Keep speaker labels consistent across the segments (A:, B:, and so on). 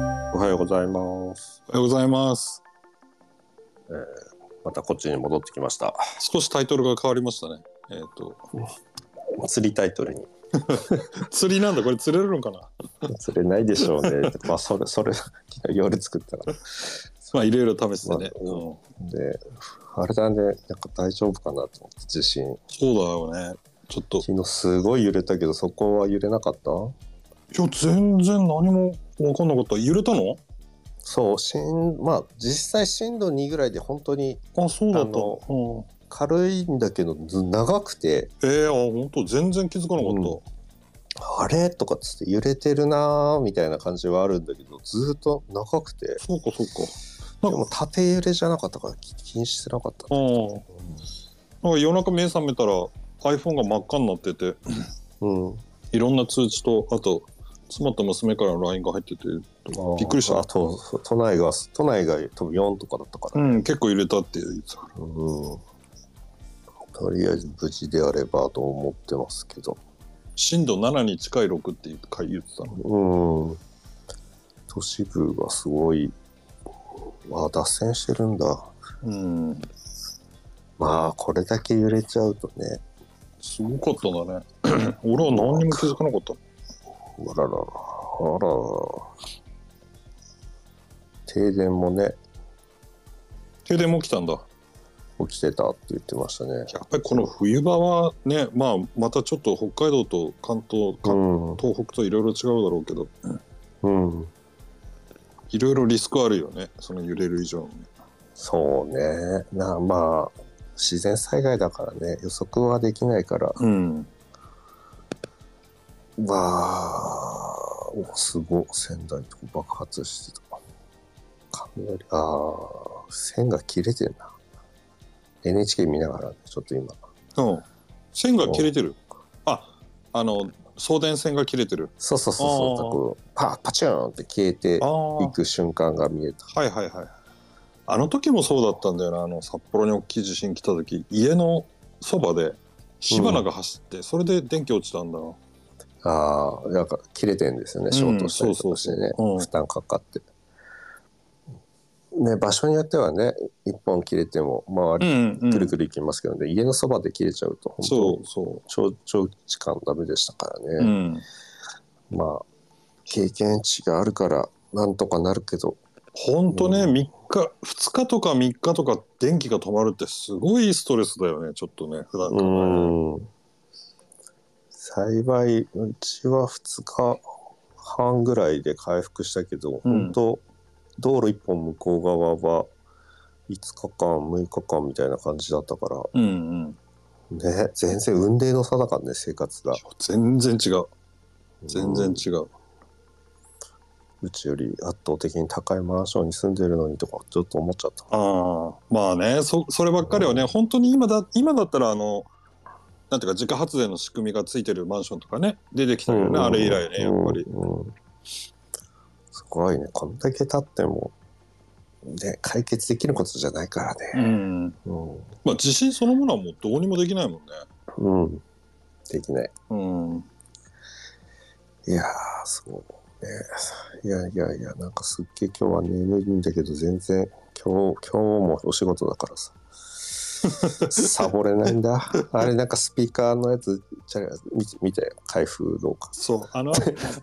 A: ございます。
B: おはようございます。
A: またこっちに戻ってきました。
B: 少しタイトルが変わりましたね。えっ、と、
A: 釣りタイトルに。
B: 釣りなんだ、これ釣れるのかな。
A: 釣れないでしょうね。まあ、それ、それ、昨日夜作ったから。
B: まあ、いろいろ試してね。
A: うん
B: うん
A: で、あれだね、なんか大丈夫かなと思って、地震。
B: そうだよね。ちょっと。
A: 昨日すごい揺れたけど、そこは揺れなかった
B: いや、全然何も分かんなかった。揺れたの。
A: そう、震、まあ、実際震度2ぐらいで本当に
B: あ、そうだった。
A: あ
B: う
A: の
B: ん、
A: 軽いんだけど、ず長くて、
B: ええー、あ、本当、全然気づかなかった。
A: あれとかっつって揺れてるなーみたいな感じはあるんだけど、ずーっと長くて。
B: そうか、そうか。
A: で
B: なんか
A: も縦揺れじゃなかったからき気にしてなかった。
B: うん。なんか夜中目覚めたら、iPhone が真っ赤になってて、
A: うん。うん
B: いろんな通知と、あと。妻と娘からの LINE が入ってて、びっくりした
A: あと、そう都内が、都内が多分4とかだったか
B: う
A: ら。
B: ん、結構揺れたって言ってたから。
A: うん。とりあえず無事であればと思ってますけど。
B: 震度7に近い6って言ってたの。
A: うん。都市部がすごい、あ、脱線してるんだ。
B: うん。
A: まあ、これだけ揺れちゃうとね。
B: すごかったんだね。 俺は何にも気づかなかった。
A: あららら、あら停電もね、
B: 停電も起きたんだ。や
A: 起きてたって言ってましたね。
B: っぱりこの冬場はね、まあ、またちょっと北海道と関東、関
A: う
B: 東北といろいろ違うだろうけど、
A: ん。うん。
B: いろいろリスクあるよね。その揺れる以上のね
A: そうね。なまあ、自然災害だからね、予測はできないから、
B: うん。
A: まあ、おすごい、仙台とか爆発してた。雷、ああ、線が切れてんな。NHK 見ながら、ね、ちょっと今。
B: うん。線が切れてる。あ、あの、送電線が切れてる。
A: そうそうそうそう、パーパチューンって消えてい
B: ああ。は
A: く瞬間が見えた。
B: いはいはい。あの時もそうだったんだよな。あの、札幌に大きい地震来た時、家のそばで火花が走って、それで電気落ちたんだな。
A: ああ、なんか切れてんですよね、ショートしたりとかしてね、
B: うんそうそうそううん
A: 負担かかって。ね、場所によってはね、一本切れても周り
B: ん、う
A: くるくるいきますけどね、家のそばで切れちゃうと、
B: そ
A: 本
B: うそ
A: 当に長長時間ダメでしたから
B: う。う
A: ね、
B: ん。
A: まあ、経験値があるから、なんとかなるけど、
B: ほんとね、
A: う
B: 3日、2日とか3日とか電気が止まるってすごいストレスだよね、ちょっとね、普段
A: う
B: から、ね。
A: ん。幸い、うちは2日半ぐらいで回復したけど、
B: うん
A: 本当道路一本向こう側は5日間、6日間みたいな感じだったから、
B: うんうん。
A: ね、全然運命の差だからね、生活が。
B: 全然違う。全然
A: うん
B: 違う。
A: うちより圧倒的に高いマンションに住んでるのにとか、ちょっと思っちゃった。
B: ああ。まあね、そ、そればっかりはね、本当に今だ、今だったら、あの、なんていうか、自家発電の仕組みがついてるマンションとかね、出てきたよね、あれ以来ね、やっぱり。
A: うんうんすごいね、こんだけ経っても、ね、解決できることじゃないからね。
B: ん。
A: うん
B: まあ、地震そのものはもうどうにもできないもんね。
A: うん。できない。
B: うん。
A: いやー、そうね。いやいやいや、なんかすっげえ今日は眠いんだけど、全然、今日、今日もお仕事だから さ。サボれないんだ。あれ、なんかスピーカーのやつ、チャレ見て、見て、開封どうか。
B: そう。あの、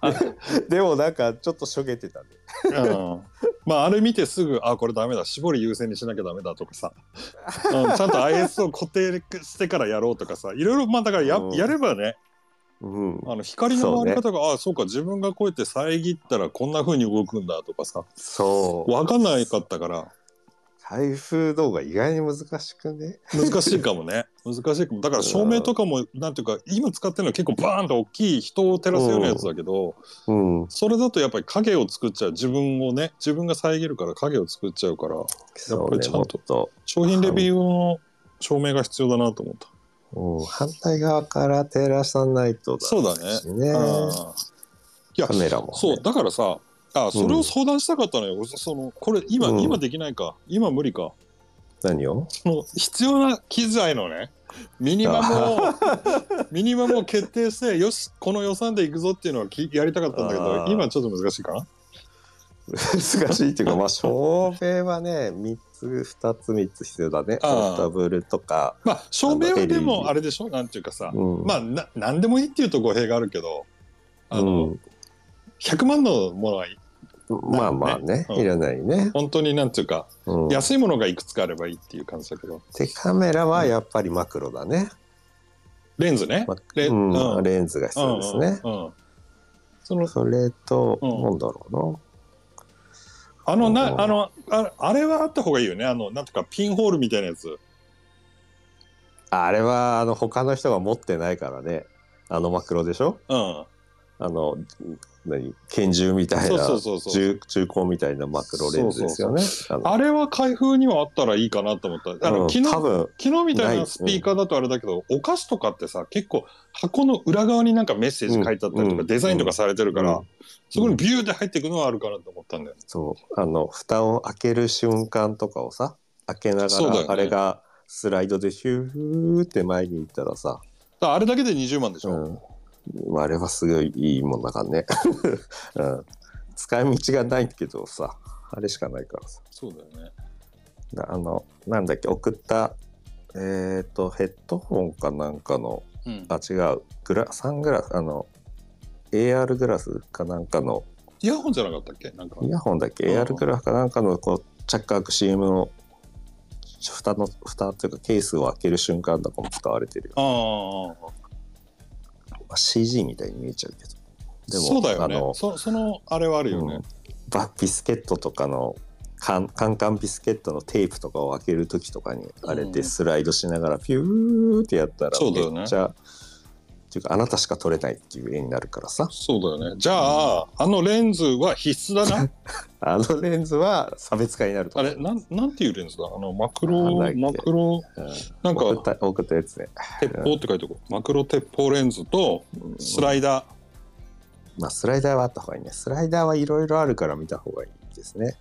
A: でもなんか、ちょっとしょげてたね。
B: うんまああれ見てすぐあこれダメだ絞り優先にしなきゃダメだとかさ、うんちゃんと IS を固定してからやろうとかさいろいろまあだからや,、
A: うん
B: やればね
A: うん。
B: あの光の回り方が、あそうか自分がこうやって遮ったらこんな風に動くんだとかさ
A: そう。
B: 分かんないかったから
A: 開封動画意外に難しくね。
B: 難しいかもね難しいかもだから照明とかもなんていうか今使ってるのは結構バーンと大きい人を照らすようなやつだけど、
A: うん。
B: それだとやっぱり影を作っちゃう自分をね自分が遮るから影を作っちゃうから
A: そうね
B: やっぱりちゃんと
A: もっと。
B: 商品レビューの証明が必要だなと思った。
A: うん反対側から照らさないとだ
B: そうだね。
A: しね。
B: あーいや
A: カ、メラも、ね。
B: そう、だからさ、あそれを相談したかったのよ。その、これ今、
A: うん
B: 今できないか。今無理か。
A: 何を
B: その、必要な機材のね、ミニマ ムを、ミニマムを決定して、よし、この予算でいくぞっていうのはきやりたかったんだけ
A: あ
B: ど、
A: ー
B: 今ちょっと難しいかな。
A: 難しいっていうか、まあ、照明はね、3つ、2つ、3つ必要だね。
B: ああ
A: ポータブルとか。
B: まあ照明はで
A: あの
B: もあれでしょなんていうかさ、
A: うん
B: まあな何でもいいっていうと語弊があるけどあの、
A: うん
B: 100万のものは
A: まあまあね、
B: うん
A: いらないね。
B: 本当になんていうか、
A: うん、
B: 安いものがいくつかあればいいっていう感じだけど
A: でカメラはやっぱりマクロだね。
B: レンズね、
A: ま
B: レ
A: うん
B: うん
A: レンズが必要ですね。
B: うんうんうんその
A: それと、
B: うん
A: なんだろ
B: あの
A: う
B: なんあのああれはあった方がいいよねあのなんていうかピンホールみたいなやつ
A: うな。あれは、あの、他の人が持ってないからね。あのマクロでしょ
B: うん
A: あの、何拳銃みたい
B: そう
A: な
B: そうそうそう
A: 中中古みたいなマクロレンズですよね。あの
B: あれは開封にはあったらいいかなと思ったあの、
A: うん
B: 昨日
A: 多分
B: 昨日みたい
A: ない
B: なスピーカーだとあれだけど、お菓子とかってさ結構箱の裏側になんかメッセージ書いてあったりと
A: うんう
B: か
A: ん
B: デザインとかされてるから、
A: うん
B: そこにビューで入っていくのはあるかなと思ったんだよね。
A: そうあの蓋を開ける瞬間とかをさ開けなが
B: そう
A: ら、
B: だよね
A: あれがスライドでヒューって前に行ったらさ、
B: だからあれだけで20万でし
A: う
B: ょ、
A: ん、まああれはすごいいいもんだからね、 うん、使い道がないけどさあれしかないからさ
B: そうだよね。
A: なあのなんだっけ送ったえっ、とヘッドホンかなんかの
B: うん、
A: あ違うグラサングラスあの AR グラスかなんかの
B: イヤホンじゃなかったっけなんか。
A: イヤホンだっけ、
B: うん
A: AR グラフかなんかのこうチャック開く CM の蓋の蓋というかケースを開ける瞬間とかも使われてるよ、
B: ああ
A: まあ、CG みたいに見えちゃうけど
B: そうだよ
A: あ
B: ね
A: の
B: そそのあれはあるよね、
A: うんバビスケットとかのカンカンカンビスケットのテープとかを開ける時とかにあれでスライドしながらピューってやったら
B: そうだよね
A: めっちゃ、っていうかあなたしか撮れないっていう絵になるからさ
B: そうだよねじゃあ、あのレンズは必須だな
A: あのレンズは差別化になると
B: あ
A: 思う
B: れなんなんていうレンズだあのマク
A: あ
B: ロ
A: なんだっ
B: マ
A: け
B: クロ
A: うん
B: なん
A: 送っ
B: か
A: た送ったやつね
B: 鉄砲って書いておこうマクロ鉄砲レンズとスライダー、
A: まあ、スライダーはあった方がいいね。スライダーはいろいろあるから見た方がいいですね。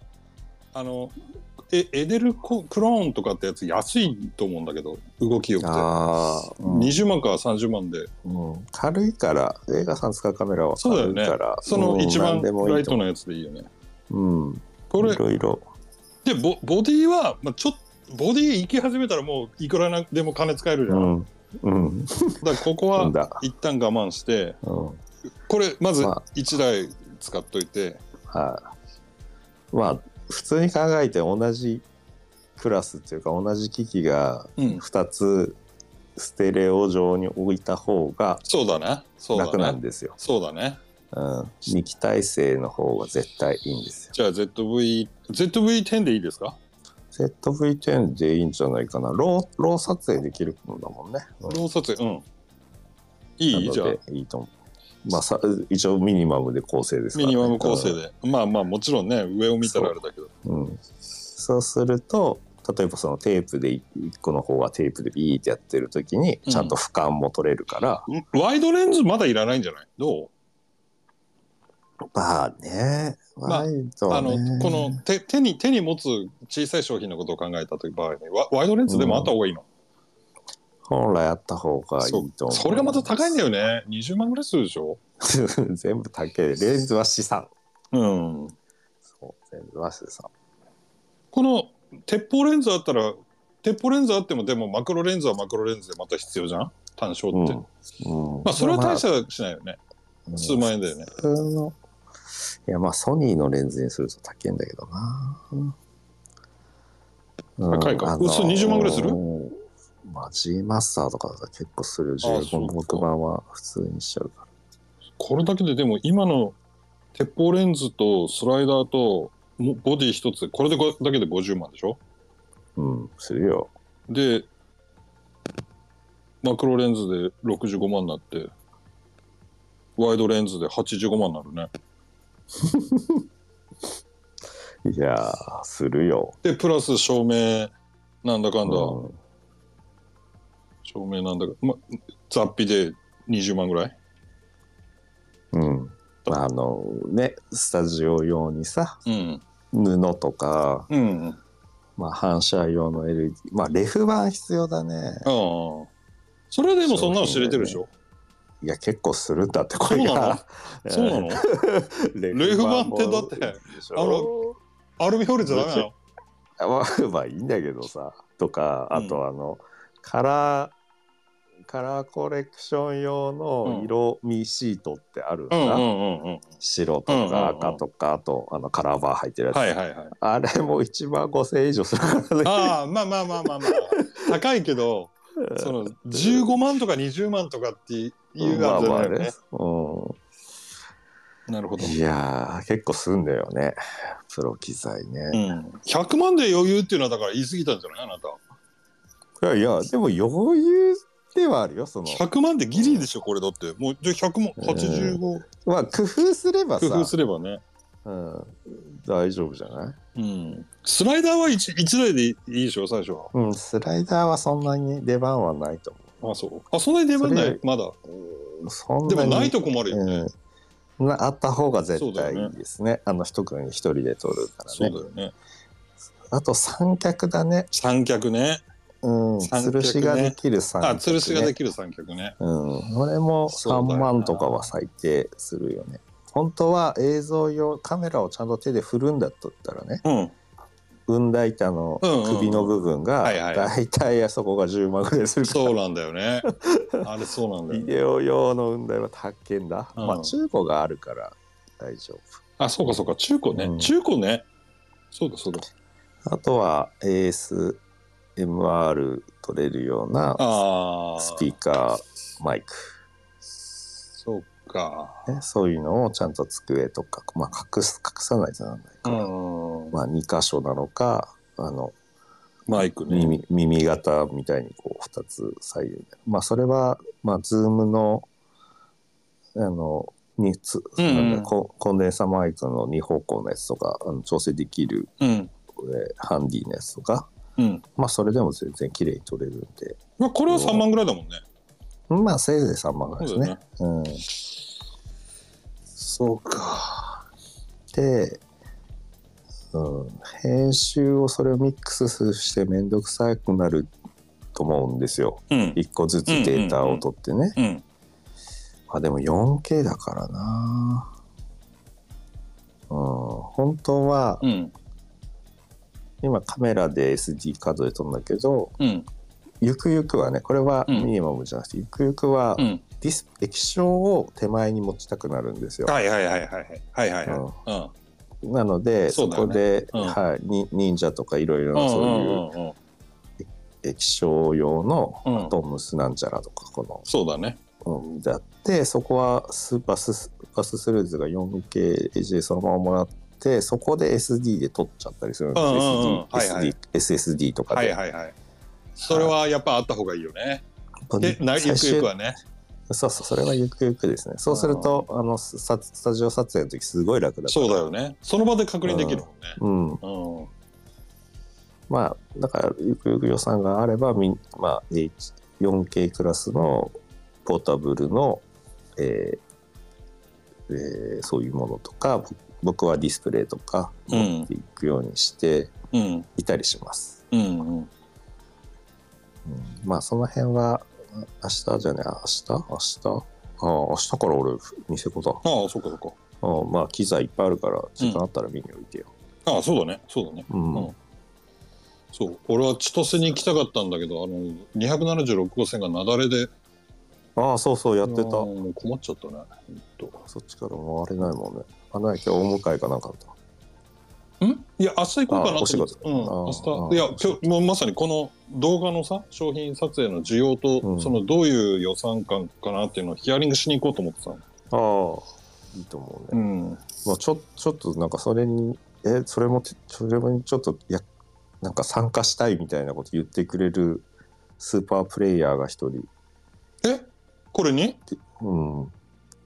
B: あのえエデルコクローンとかってやつ安いと思うんだけど動きよくて
A: ああ、うん
B: 20万から30万で
A: うん軽いから、映画さん使うカメラは
B: そうだ
A: 軽
B: よ
A: い
B: ね
A: から、
B: その一
A: うん
B: 番
A: 何でもい
B: ラ
A: い
B: イ
A: と
B: ト
A: 思
B: のやつでいいよね
A: ううん、
B: これ
A: いろいろ。
B: でボボディは、まあ、ちょっとボディ行き始めたらもういくらなでも金使えるじ
A: う
B: ゃん、
A: ん、うん、
B: だからここ
A: な
B: は
A: んだ。
B: 一旦我慢して
A: うん、
B: これまず
A: ま
B: 1台使っといて、
A: あ、はい。まあ、普通に考えて同じクラスっていうか、同じ機器が
B: うん
A: 2つステレオ上に置いた方が
B: そうだねそう
A: 楽な
B: だ
A: ん
B: ね
A: ですよ。
B: そうだね
A: うん、二機体制の方が絶対いいんですよ。
B: じゃあ ZV ZV10 でいいですか
A: ZV-10 でいいんじゃないかな。ロー、ロー撮影できるんだもんね。
B: ロー撮影うんいいじゃあ
A: なのでいいと思う。まあ、さ一応ミニマムで構成ですから
B: ミ
A: ね、
B: ニマム構成で、まあまあもちろんね上を見たらあれだけど
A: うん。うんそうすると、例えばそのテープで、一個の方はテープでビーってやってる時に、
B: うん
A: ちゃんと俯瞰も取れるから、
B: ワイドレンズまだいらないんじゃないどう
A: まあね、
B: まあ
A: ワイド
B: あ
A: ね、
B: のこの手手に手に持つ小さい商品のことを考えたという場合にワワイドレンズでもあった方がいいの、
A: 本来あった方がいいと
B: そ
A: 思う。
B: それがまた高いんだよね20万ぐらいするでしょ
A: 全部高い。レンズは資産。
B: うん
A: そう、レンズは資産。
B: この鉄砲レンズあったら鉄砲レンズあってもでもマクロレンズはマクロレンズでまた必要じゃん単焦って、
A: うんうん
B: まあそれは大差しないよね、
A: うん
B: 数万円だよね
A: 普通のいやまあソニーのレンズにすると高いんだけどな、うん
B: 高いか嘘20万ぐらいする
A: まあ G マスターとかだったら結構する
B: あそうか
A: 16番は普通にしちゃうか
B: これだけででも今の鉄砲レンズとスライダーともボディ一つこれでこれだけで50万でしょ
A: らうんするよ
B: でマクロレンズで65万になってワイドレンズで85万になるね
A: いやーするよ
B: でプラス照明なんだかんだ、
A: うん
B: 照明なんだか、ま、雑費で20万ぐらい
A: うんあのねスタジオ用にさ
B: うん
A: 布とか、
B: うんうん
A: まあ、反射用の LED まあレフ板必要だね
B: ああそれはでもそんなの知れてるでしょ、
A: いや結構するんだってこ
B: そう
A: れ
B: なの
A: が
B: そうなの
A: レ
B: レフ版ってだって
A: あの
B: アルミホイルじゃダメなの
A: まあ、まあいいんだけどさとかあとあの、カラーカラーコレクション用の色味シートってあるん
B: う
A: だ、
B: んうんうんうん
A: 白
B: うんう
A: と
B: んうん
A: か赤とか、あとあのカラーバー入ってるやつ、
B: はいはいはい
A: あれも1万5000円以上するからね
B: ああまあまあまあまあまあ高いけ どその15万とか20万とかっていう
A: まあ
B: あれじゃ
A: ま
B: ない
A: あ
B: よね
A: ね、うん
B: なるほど、
A: いやー結構すんだよねプロ機材ね、
B: う
A: い
B: ん、100万で余裕っていうのはだから言い過ぎたんじゃないあなた
A: やいやでも余裕ではあるよその
B: 100万でギリでしょこれだってもうじゃあ100万85、
A: まあ工夫すれば
B: 工
A: さ
B: 夫すればね、
A: うん、大丈夫じゃない
B: うん、スライダーは 1, 一台でいいでしょ最初は
A: うんスライダーはそんなに出番はないと思
B: あそうあそんなに出番な
A: そ
B: い
A: れ
B: まだ
A: うそん
B: で
A: な
B: も
A: に
B: ないと困るよ、
A: うん、なあった方が絶
B: そうだ
A: 対い
B: よ
A: い
B: ね
A: ですねあの一組一人で取るから
B: そう
A: ね
B: だよね
A: あと三脚だね。
B: 三脚ね
A: うん。
B: 三
A: 吊
B: 脚ね
A: るしができる三脚、
B: あ
A: ね。
B: 吊るしができる三脚ね
A: うん。これも
B: そう
A: 3
B: だよな
A: 万とかは最低するよね。本当は映像用カメラをちゃんと手で振るんだったらね、
B: うん
A: 雲台板の
B: うんうんうん
A: 首の部分が
B: はいはい
A: だいたいあそこが10万ぐらいするから。
B: そうなんだよ ねあれそうなんだよ
A: ビ
B: ね
A: デオ用の雲台は高いんだ。
B: うん
A: まあ中古があるから大丈
B: あそうかそうか中古ね、
A: うん
B: 中古ねそうだそうだ
A: 夫。あとは ASMR 取れるような
B: ああ
A: スピーカーマイク。
B: そうか
A: ね、そういうのをちゃんと机とか、まあ、隠す隠さないとならないから、
B: うん
A: まあ、2箇所なのかあの
B: マイクね
A: 耳耳型みたいにこう2つ左右でまあそれは、まあ、ズームのあのにつ、
B: うんうん
A: なんだココンデンサマイクの2方向のやつとかあの調整できる、
B: うん
A: えーハンディのやつとか、
B: うん
A: まあ、それでも全然綺麗に撮れるんで、
B: まあこれは3万ぐらいだもんね
A: まあ、せいぜい3万ぐらいです
B: そうだ
A: ね
B: よ。ね
A: うん、
B: そうか
A: で、うん、編集をそれをミックスして面倒くさくなると思うんですよ
B: うん
A: 一個ずつデータを取ってね、
B: うん
A: まあでも 4K だからなうん本当は
B: うん
A: 今カメラで SD カードで撮るんだけど
B: うん
A: ゆくゆくはねこれは
B: うん
A: ミニマムじゃなくて、ゆくゆくは
B: うん
A: ディス液晶を手前に持ちたくなるんですよ、
B: はいはいはいはいはいはいはい
A: うん
B: うん
A: なので
B: そ
A: そ,、
B: うだよ
A: こで、
B: うん
A: はい、に忍者とかいろいろなそういう
B: うん
A: 液晶用の
B: うんうん
A: トムスなんちゃらとかこ
B: そうだね
A: の、うん、だってそこはスーパースパススルーズが 4KHD そのままもらってそこで SD で撮っちゃったりするんです
B: うんうんうん
A: SD
B: はいはい
A: SD SSD とか
B: はい
A: で
B: はいはいそれはやっぱあった方がいいよねでなゆ
A: 最
B: くゆ
A: 終
B: くはね
A: そうそうそれはゆくゆくですねそうするとあのスタスタジオ撮影の時すごい楽だから
B: そうだよねその場で確認できるもんね
A: うん、
B: うん
A: まあだからゆくゆく予算があればみん、まあ、H- 4K クラスのポータブルの、えーえーそういうものとかぼ僕はディスプレイとか
B: うん
A: 持っていくようにして
B: うん
A: いたりします、
B: うんうん
A: うんまあその辺はあ明日じゃね明日明日ああ明日から俺店子だ
B: ああそっかそっか
A: あまあ機材いっぱいあるから時間あったら見においてよ、
B: ああそうだねそうだね
A: うん
B: うんそう俺は千歳に行きたかったんだけどあの276号線が雪崩で
A: ああそうそうやってた、
B: あーもう困っちゃったねほんと
A: そっちから回れないもんねあない今日お迎えかなんかあった
B: んいや明日行こうか
A: あ
B: な
A: お
B: と
A: 仕
B: 思っ
A: 事
B: て、うん、明
A: あ
B: 日
A: ー
B: いや今日もうまさにこの動画のさ商品撮影の需要と、
A: うん
B: そのどういう予算感かなっていうのをヒアリングしに行こうと思ってたの
A: ああいいと思うね、
B: うん
A: まあ、ちょちょっとなんかそれにえそれもてそれもちょっとやなんか参加したいみたいなこと言ってくれるスーパープレイヤーが一人、
B: えこれに
A: うん、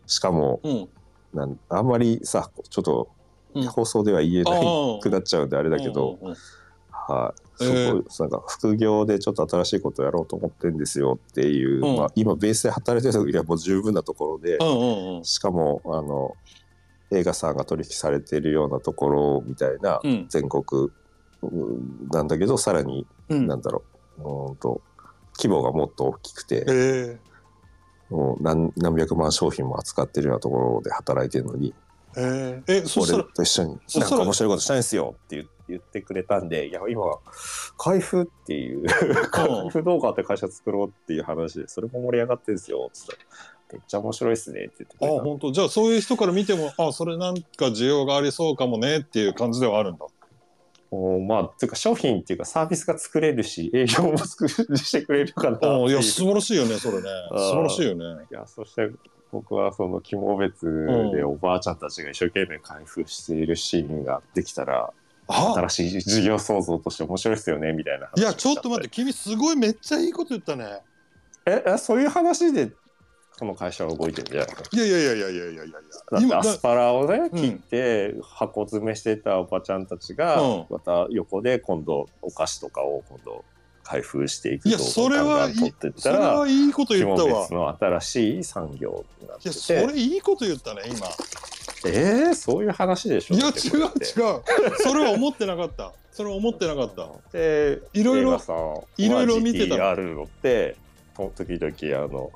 A: しかも
B: うん
A: なんあんまりさちょっと
B: うん
A: 放送では言え
B: あ
A: ない、
B: ー
A: くなっちゃうんであれだけど、
B: うんうんうん
A: はい、
B: え
A: す
B: ー
A: ごいなんか副業でちょっと新しいことやろうと思ってんですよっていう、
B: うん
A: まあ、今ベースで働いてる時はもう十分なところで、
B: うんうんうん
A: しかもあの映画さんが取引されているようなところみたいな
B: うん
A: 全国うんなんだけどさらに
B: うん
A: なんだろううーんと規模がもっと大きくて
B: え
A: もう何何百万商品も扱ってるようなところで働いてるのに
B: ええそした
A: 俺
B: ら
A: と一緒に
B: そ
A: なん
B: した
A: から面白いことしたいんですよって言って言ってくれたんでいや今開封っていう開封動画って会社作ろうっていう話でそれも盛り上がってるんですよっつったらめっちゃ面白いっすねって言ってく
B: あ
A: れた
B: 本当じゃあそういう人から見てもあそれなんか需要がありそうかもねっていう感じではあるんだ
A: おまあていうか商品っていうかサービスが作れるし営業も作るしてくれるかなって
B: あ
A: い
B: いうや素晴らしいよねそれね
A: あー
B: 素晴らしいよね
A: いやそして僕はその肝別でおばあちゃんたちが一生懸命開封しているシーンができたら、
B: あ
A: 新しい事業創造として面白いですよねみたいない話
B: やちょっと待って君すごいめっちゃいいこと言ったね
A: てええそういう話でこの会社は動いてるんじゃない
B: いやいやいやいやいやいやいや
A: だって
B: 今
A: ア
B: だ
A: スパラをね
B: うん
A: 切って箱詰めしてたおばちゃんたちが
B: うん
A: また横で今度お菓子とかを今度開封していく
B: い
A: 動
B: やそれ
A: 画をガ
B: は
A: ンガン撮ってった
B: それ
A: ら
B: はいいこと言った
A: 肝
B: わ
A: 別の新しい産業になっ
B: いや
A: て
B: そ
A: て
B: れいいこと言ったね今
A: えー、そういう話でしょ
B: いや
A: だ
B: 違
A: って
B: う
A: これ
B: 違う
A: って
B: それは思ってなかったそれは思ってなかった
A: で
B: いろいろ
A: 映画さん
B: いろいろ見てたの
A: r のってと時々あ の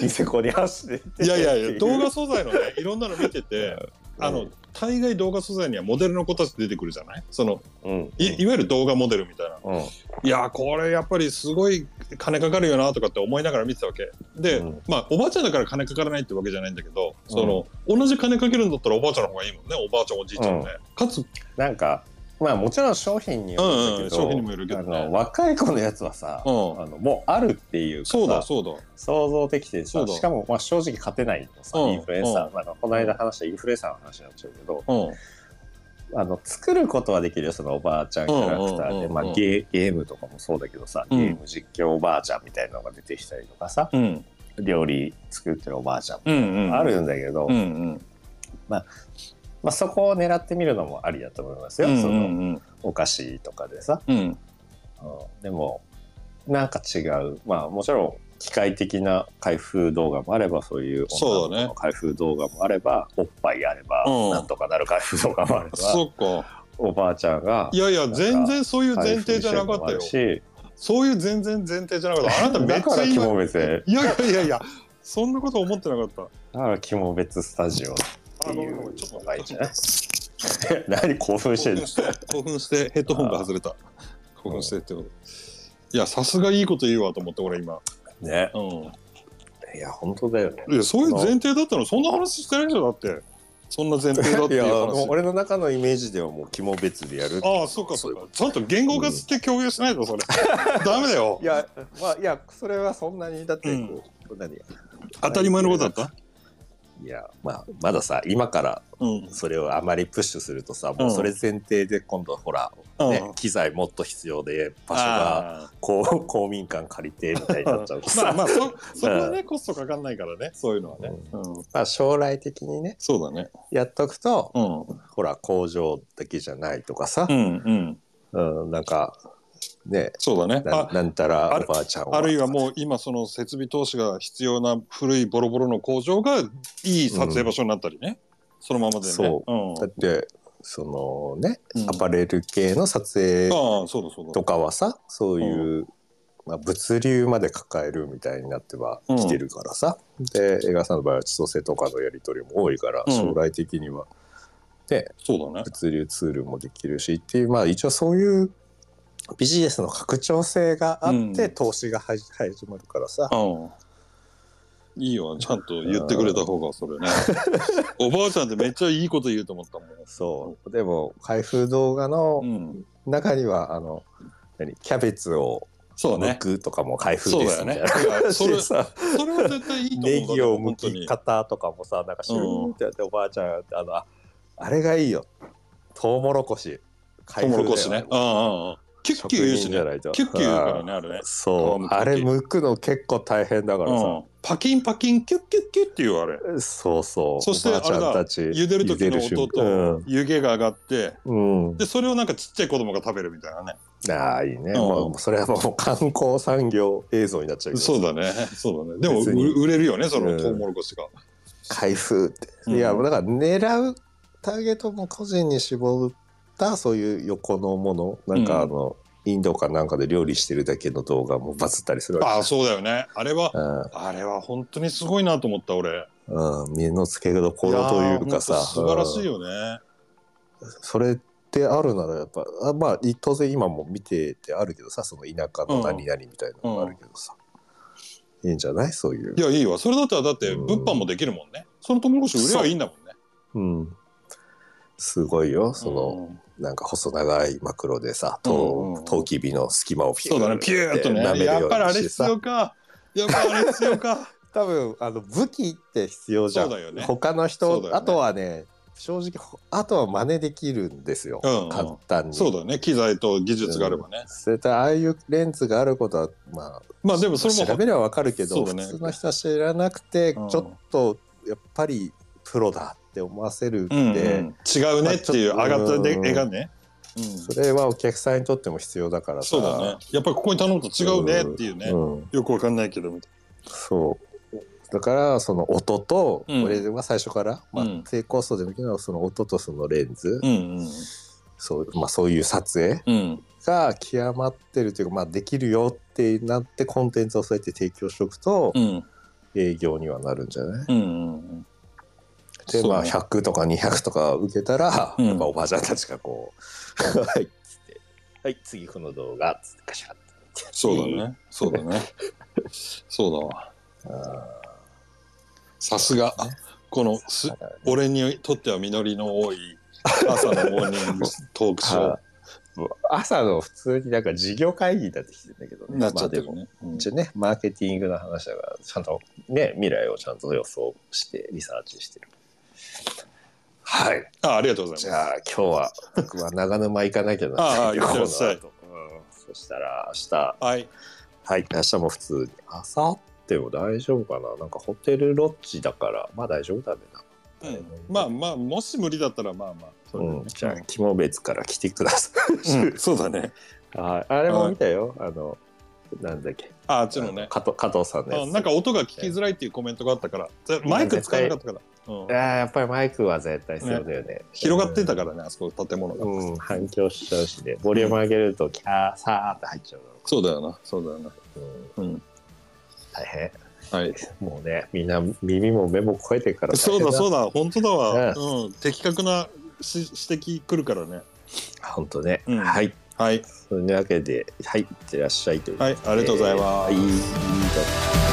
A: ニセコに走ってて
B: いやいやいや動画素材のねいろんなの見ててあの大概動画素材にはモデルの子たち出てくるじゃないその
A: うん
B: いいわゆる動画モデルみたいな
A: うん
B: いやーこれやっぱりすごい金かかるよなとかって思いながら見てたわけで、
A: うん
B: まあおばあちゃんだから金かからないってわけじゃないんだけどその、同じ金かけるんだったらおばあちゃんの方がいいもんねおばあちゃんおじいちゃんね、かつ
A: なんかまあもちろん商品によるんだけど、
B: うんうん商品にもよるけどね
A: あの若い子のやつはさ、
B: うん
A: あのもうあるっていうかさ
B: そうだそうだ
A: 想像できて
B: そ
A: さ
B: うだ
A: しかもまあ正直勝てないのさ、
B: うん
A: インフルエンサー、なんかこの間話したインフルエンサーの話になっちゃうけど、
B: うん
A: あの作ることはできるよそのおばあちゃんキャラクタ
B: うんうん
A: ー
B: うんう
A: で
B: ん
A: まあゲーゲームとかもそうだけどさ
B: う
A: ゲ
B: ん
A: ーム実況おばあちゃんみたいなのが出てきたりとかさ、
B: うん
A: 料理作ってるおばあちゃんも
B: うんうん
A: あるんだけど、
B: うんうん
A: まあ、そこを狙ってみるのもありだと思います
B: う
A: よ、
B: んう
A: その
B: ん
A: お菓子とかでさ、
B: うん
A: うんでもなんか違うまあもちろん機械的な開封動画もあればそういう
B: そうだね
A: 女の子の開封動画もあればおっぱいあれば、
B: うん
A: なんとかなる開封動画もあれば
B: そっか
A: おばあちゃんが
B: いやいや
A: か
B: 全然そういう前
A: 開封
B: 提
A: し
B: じゃ
A: てる
B: な
A: の
B: かっ
A: もあ
B: たよ
A: るし
B: そういう全然前提じゃなかったあなためっ
A: だか
B: ちゃ
A: ら
B: 今
A: 肝別で
B: いやいやいやいやそんなこと思ってなかった
A: だから肝別スタジオって
B: あご
A: い
B: めんごめん
A: う
B: ちょっと
A: のがい
B: 待
A: いん
B: っ
A: じ
B: て
A: ゃない何興奮してるん ですか
B: 興奮してヘッドホンが外れた興奮してっていやさすがいいこと言うわと思って俺今、
A: ね
B: う
A: いや本当だよね
B: ん、いやそういう前提だったのそんな話してないじゃんだってそんな前提だって
A: い
B: いう
A: や
B: 話
A: 俺の中のイメージではもう肝別でやる
B: ああそうかそうかちゃんと言語化して共有しないと それダメだよ
A: いやまあいやそれはそんなにだってこう、何
B: 当たり前のことだった
A: いやまあまださ今から
B: うん
A: それをあまりプッシュするとさもうそれ前提で今度ほら、
B: うん
A: ね機材もっと必要で場所が
B: ああ
A: こう 公民館借りてみたいになっちゃうとさ
B: まあまあ そそこはねコストかかんないからねそういうのはね、うん、
A: まあ将来的にね
B: そうだね
A: やっとくと、
B: うん
A: ほら工場だけじゃないとかさ
B: う、んうん
A: うんなんかね
B: そうだね
A: な
B: あ
A: なんたら
B: あ
A: お
B: る
A: ばあちゃんは
B: あるいはもう今その設備投資が必要な古いボロボロの工場がいい撮影場所になったりね、そのままでね
A: そ
B: うん
A: だってそのね
B: うん
A: アパレル系の撮影
B: ああそうだそうだ
A: とかはさそういう、まあ、物流まで抱えるみたいになっては
B: うん
A: 来てるからさ、で映画さんの場合は千歳とかのやり取りも多いから、
B: うん
A: 将来的にはね
B: そうだね
A: 物流ツールもできるしっていうまあ一応そういうビジネスの拡張性があって、
B: うん
A: 投資がはじ始まるからさ、
B: うんいいよちゃんと言ってくれた方がそれね おばあちゃんってめっちゃいいこと言うと思ったもん
A: そうでも開封動画の
B: うん
A: 中には、あの何キャベツを
B: そ
A: 剥
B: うね
A: くとかも開封です みたいな
B: そうだよねいやそ
A: 話
B: れ
A: でさ
B: それは絶対いいと
A: ネ
B: 思うんだけ
A: ギ
B: ど
A: を
B: 本
A: 剥
B: 当に
A: き方とかもさなんかシューンってやっておばあちゃんがあのああれがいいよトウモロコシ
B: トウモロコシねうんうんうんキュッキュ言う
A: 職
B: し
A: 人じゃな
B: ね
A: いと
B: キュッキュ言うからねあれね
A: そ
B: 皮む
A: うあれ剥く
B: く時
A: の結構大変だから
B: う
A: さ、
B: んパキンパキンキュッキュッキュッっていうあれ
A: そうそう
B: そして
A: おばあちゃんたち
B: 茹でる時の音と
A: 茹でる瞬間
B: 湯気が上がって
A: うん、うん
B: でそれをなんかちっちゃい子供が食べるみたいなね
A: ああいいね、
B: ん
A: まあ、それはもう観光産業映像になっちゃうけど
B: そうだねそうだねでも
A: 別に
B: 売売れるよねその
A: うん
B: トウモロコシが、
A: 開封って、
B: うん
A: いやだから狙うターゲットも個人に絞ったそういう横のものなんかあの、インドかなんかで料理してるだけの動画もバズったりするわ
B: ああ、そうだよね。あれは
A: け、うん
B: あれは本当にすごいなと思った、俺。
A: うん、目の付けどころというかさ
B: やーほんと素晴らしい
A: うん
B: よね。
A: それってあるならやっぱあまあ当然今も見ててあるけどさその田舎の何々みたいなのがあるけどさ、いいんじゃないそういう
B: いや、いいわ。それだったら、だって、
A: うん
B: 物販もできるもんね。そのトウモロコシ売ればいいんだもんね。
A: うん、すごいよその、
B: うん
A: なんか細長いマクロでさ
B: うんうん
A: と
B: うん
A: うとうきびの隙間をピュ
B: そうだね、ピューっとね。
A: 舐める
B: や
A: よ
B: っ
A: う
B: ぱりあ
A: に
B: れ
A: して
B: 必
A: さ
B: 要か。やっぱりあれ必要か。
A: 多分あの武器って必要じゃん
B: そうだよね
A: 他の
B: そ
A: 人、
B: うだよね
A: あとはね正直ほあとは真似できるんですよ、
B: うんうん
A: 簡単に。
B: そうだよね、機材と技術があればね。
A: それとああいうレンズがあることはまあ
B: まあでもそれも
A: 調べればわかるけ
B: そ
A: ど、
B: うだね
A: 普通の人は知らなくて、
B: うん
A: ちょっとやっぱりプロだって思わせるんで、
B: うんうん違うねっていう上
A: まあちょっと
B: がったで
A: うん
B: 絵がね、うん
A: それはお客さんにとっても必要だからさ
B: そうだねやっぱりここに頼むと違うねっていうね、
A: うん、
B: よくわかんないけどみたい
A: そうだからその音と、
B: うん
A: 俺は最初から、まあ
B: うん
A: 低コストでもいいのはその音とそのレンズ、
B: なうんうん
A: そうまあ、そういう撮影
B: うん
A: が極まってるというか、まあ、できるよってなってコンテンツをそうやって提供しておくと
B: うん
A: 営業にはなるんじゃない、
B: うんうん
A: で、まあ、
B: そうね
A: 100とか200とか受けたら、
B: うん
A: やっぱおばあちゃんたちがこう、はい、つって、はい、次この動画、つってカシャッて。
B: そうだねそうだねそうだわ
A: あ
B: さすがこのす
A: ー。
B: 俺にとっては実りの多い朝のモーニングトークショ
A: あもう朝の普通になんか事業会議になってきてんだけど
B: ーになっちゃってるね、う
A: まあでも
B: ん
A: 一応ね、マーケティングの話だから、ちゃんとね、未来をちゃんと予想して、リサーチしてる。はい。
B: あありがとうござ
A: じ
B: います
A: ゃあ、今日は、僕は長沼行かなきゃな
B: ああ行ってらっしゃい
A: この後うんそしたら、明日、
B: はい
A: はい、明日も普通に。あさっても大丈夫かななんかホテルロッジだから、まあ大丈夫だね
B: う
A: な。
B: ん、まあまあもし無理だったらまあまあそれでね
A: うん、じゃあ、肝別から来てくださ
B: うんそうだね
A: い。 はい、あれも見たよ。あの、なんだっけ。
B: ああっちのね
A: 加藤加藤さんのや
B: あ
A: つ。
B: なんか音が聞きづらいっていうコメントがあったから、ぜマイク使わなかったから、う
A: あ
B: ん
A: あ、やっぱりマイクは絶対必要だよね。
B: 広がってたからね、あそこ建物が。
A: うん、反響しちゃうしね。ボリューム上げると、キャーサーって入っちゃう
B: そうだよな、そうだよな。
A: の。うん、
B: うん、
A: 大変。
B: はい。
A: もうね、みんな耳も目も超えてから
B: そうだ、そううだ、本当だ
A: ね
B: わ。うん、的確なし指摘来るからね。
A: だ。ほんとね。
B: うん
A: はい。
B: はい、
A: そんなわけで、はい、いってらっしゃいということで
B: はい、ありがとうございます。
A: はい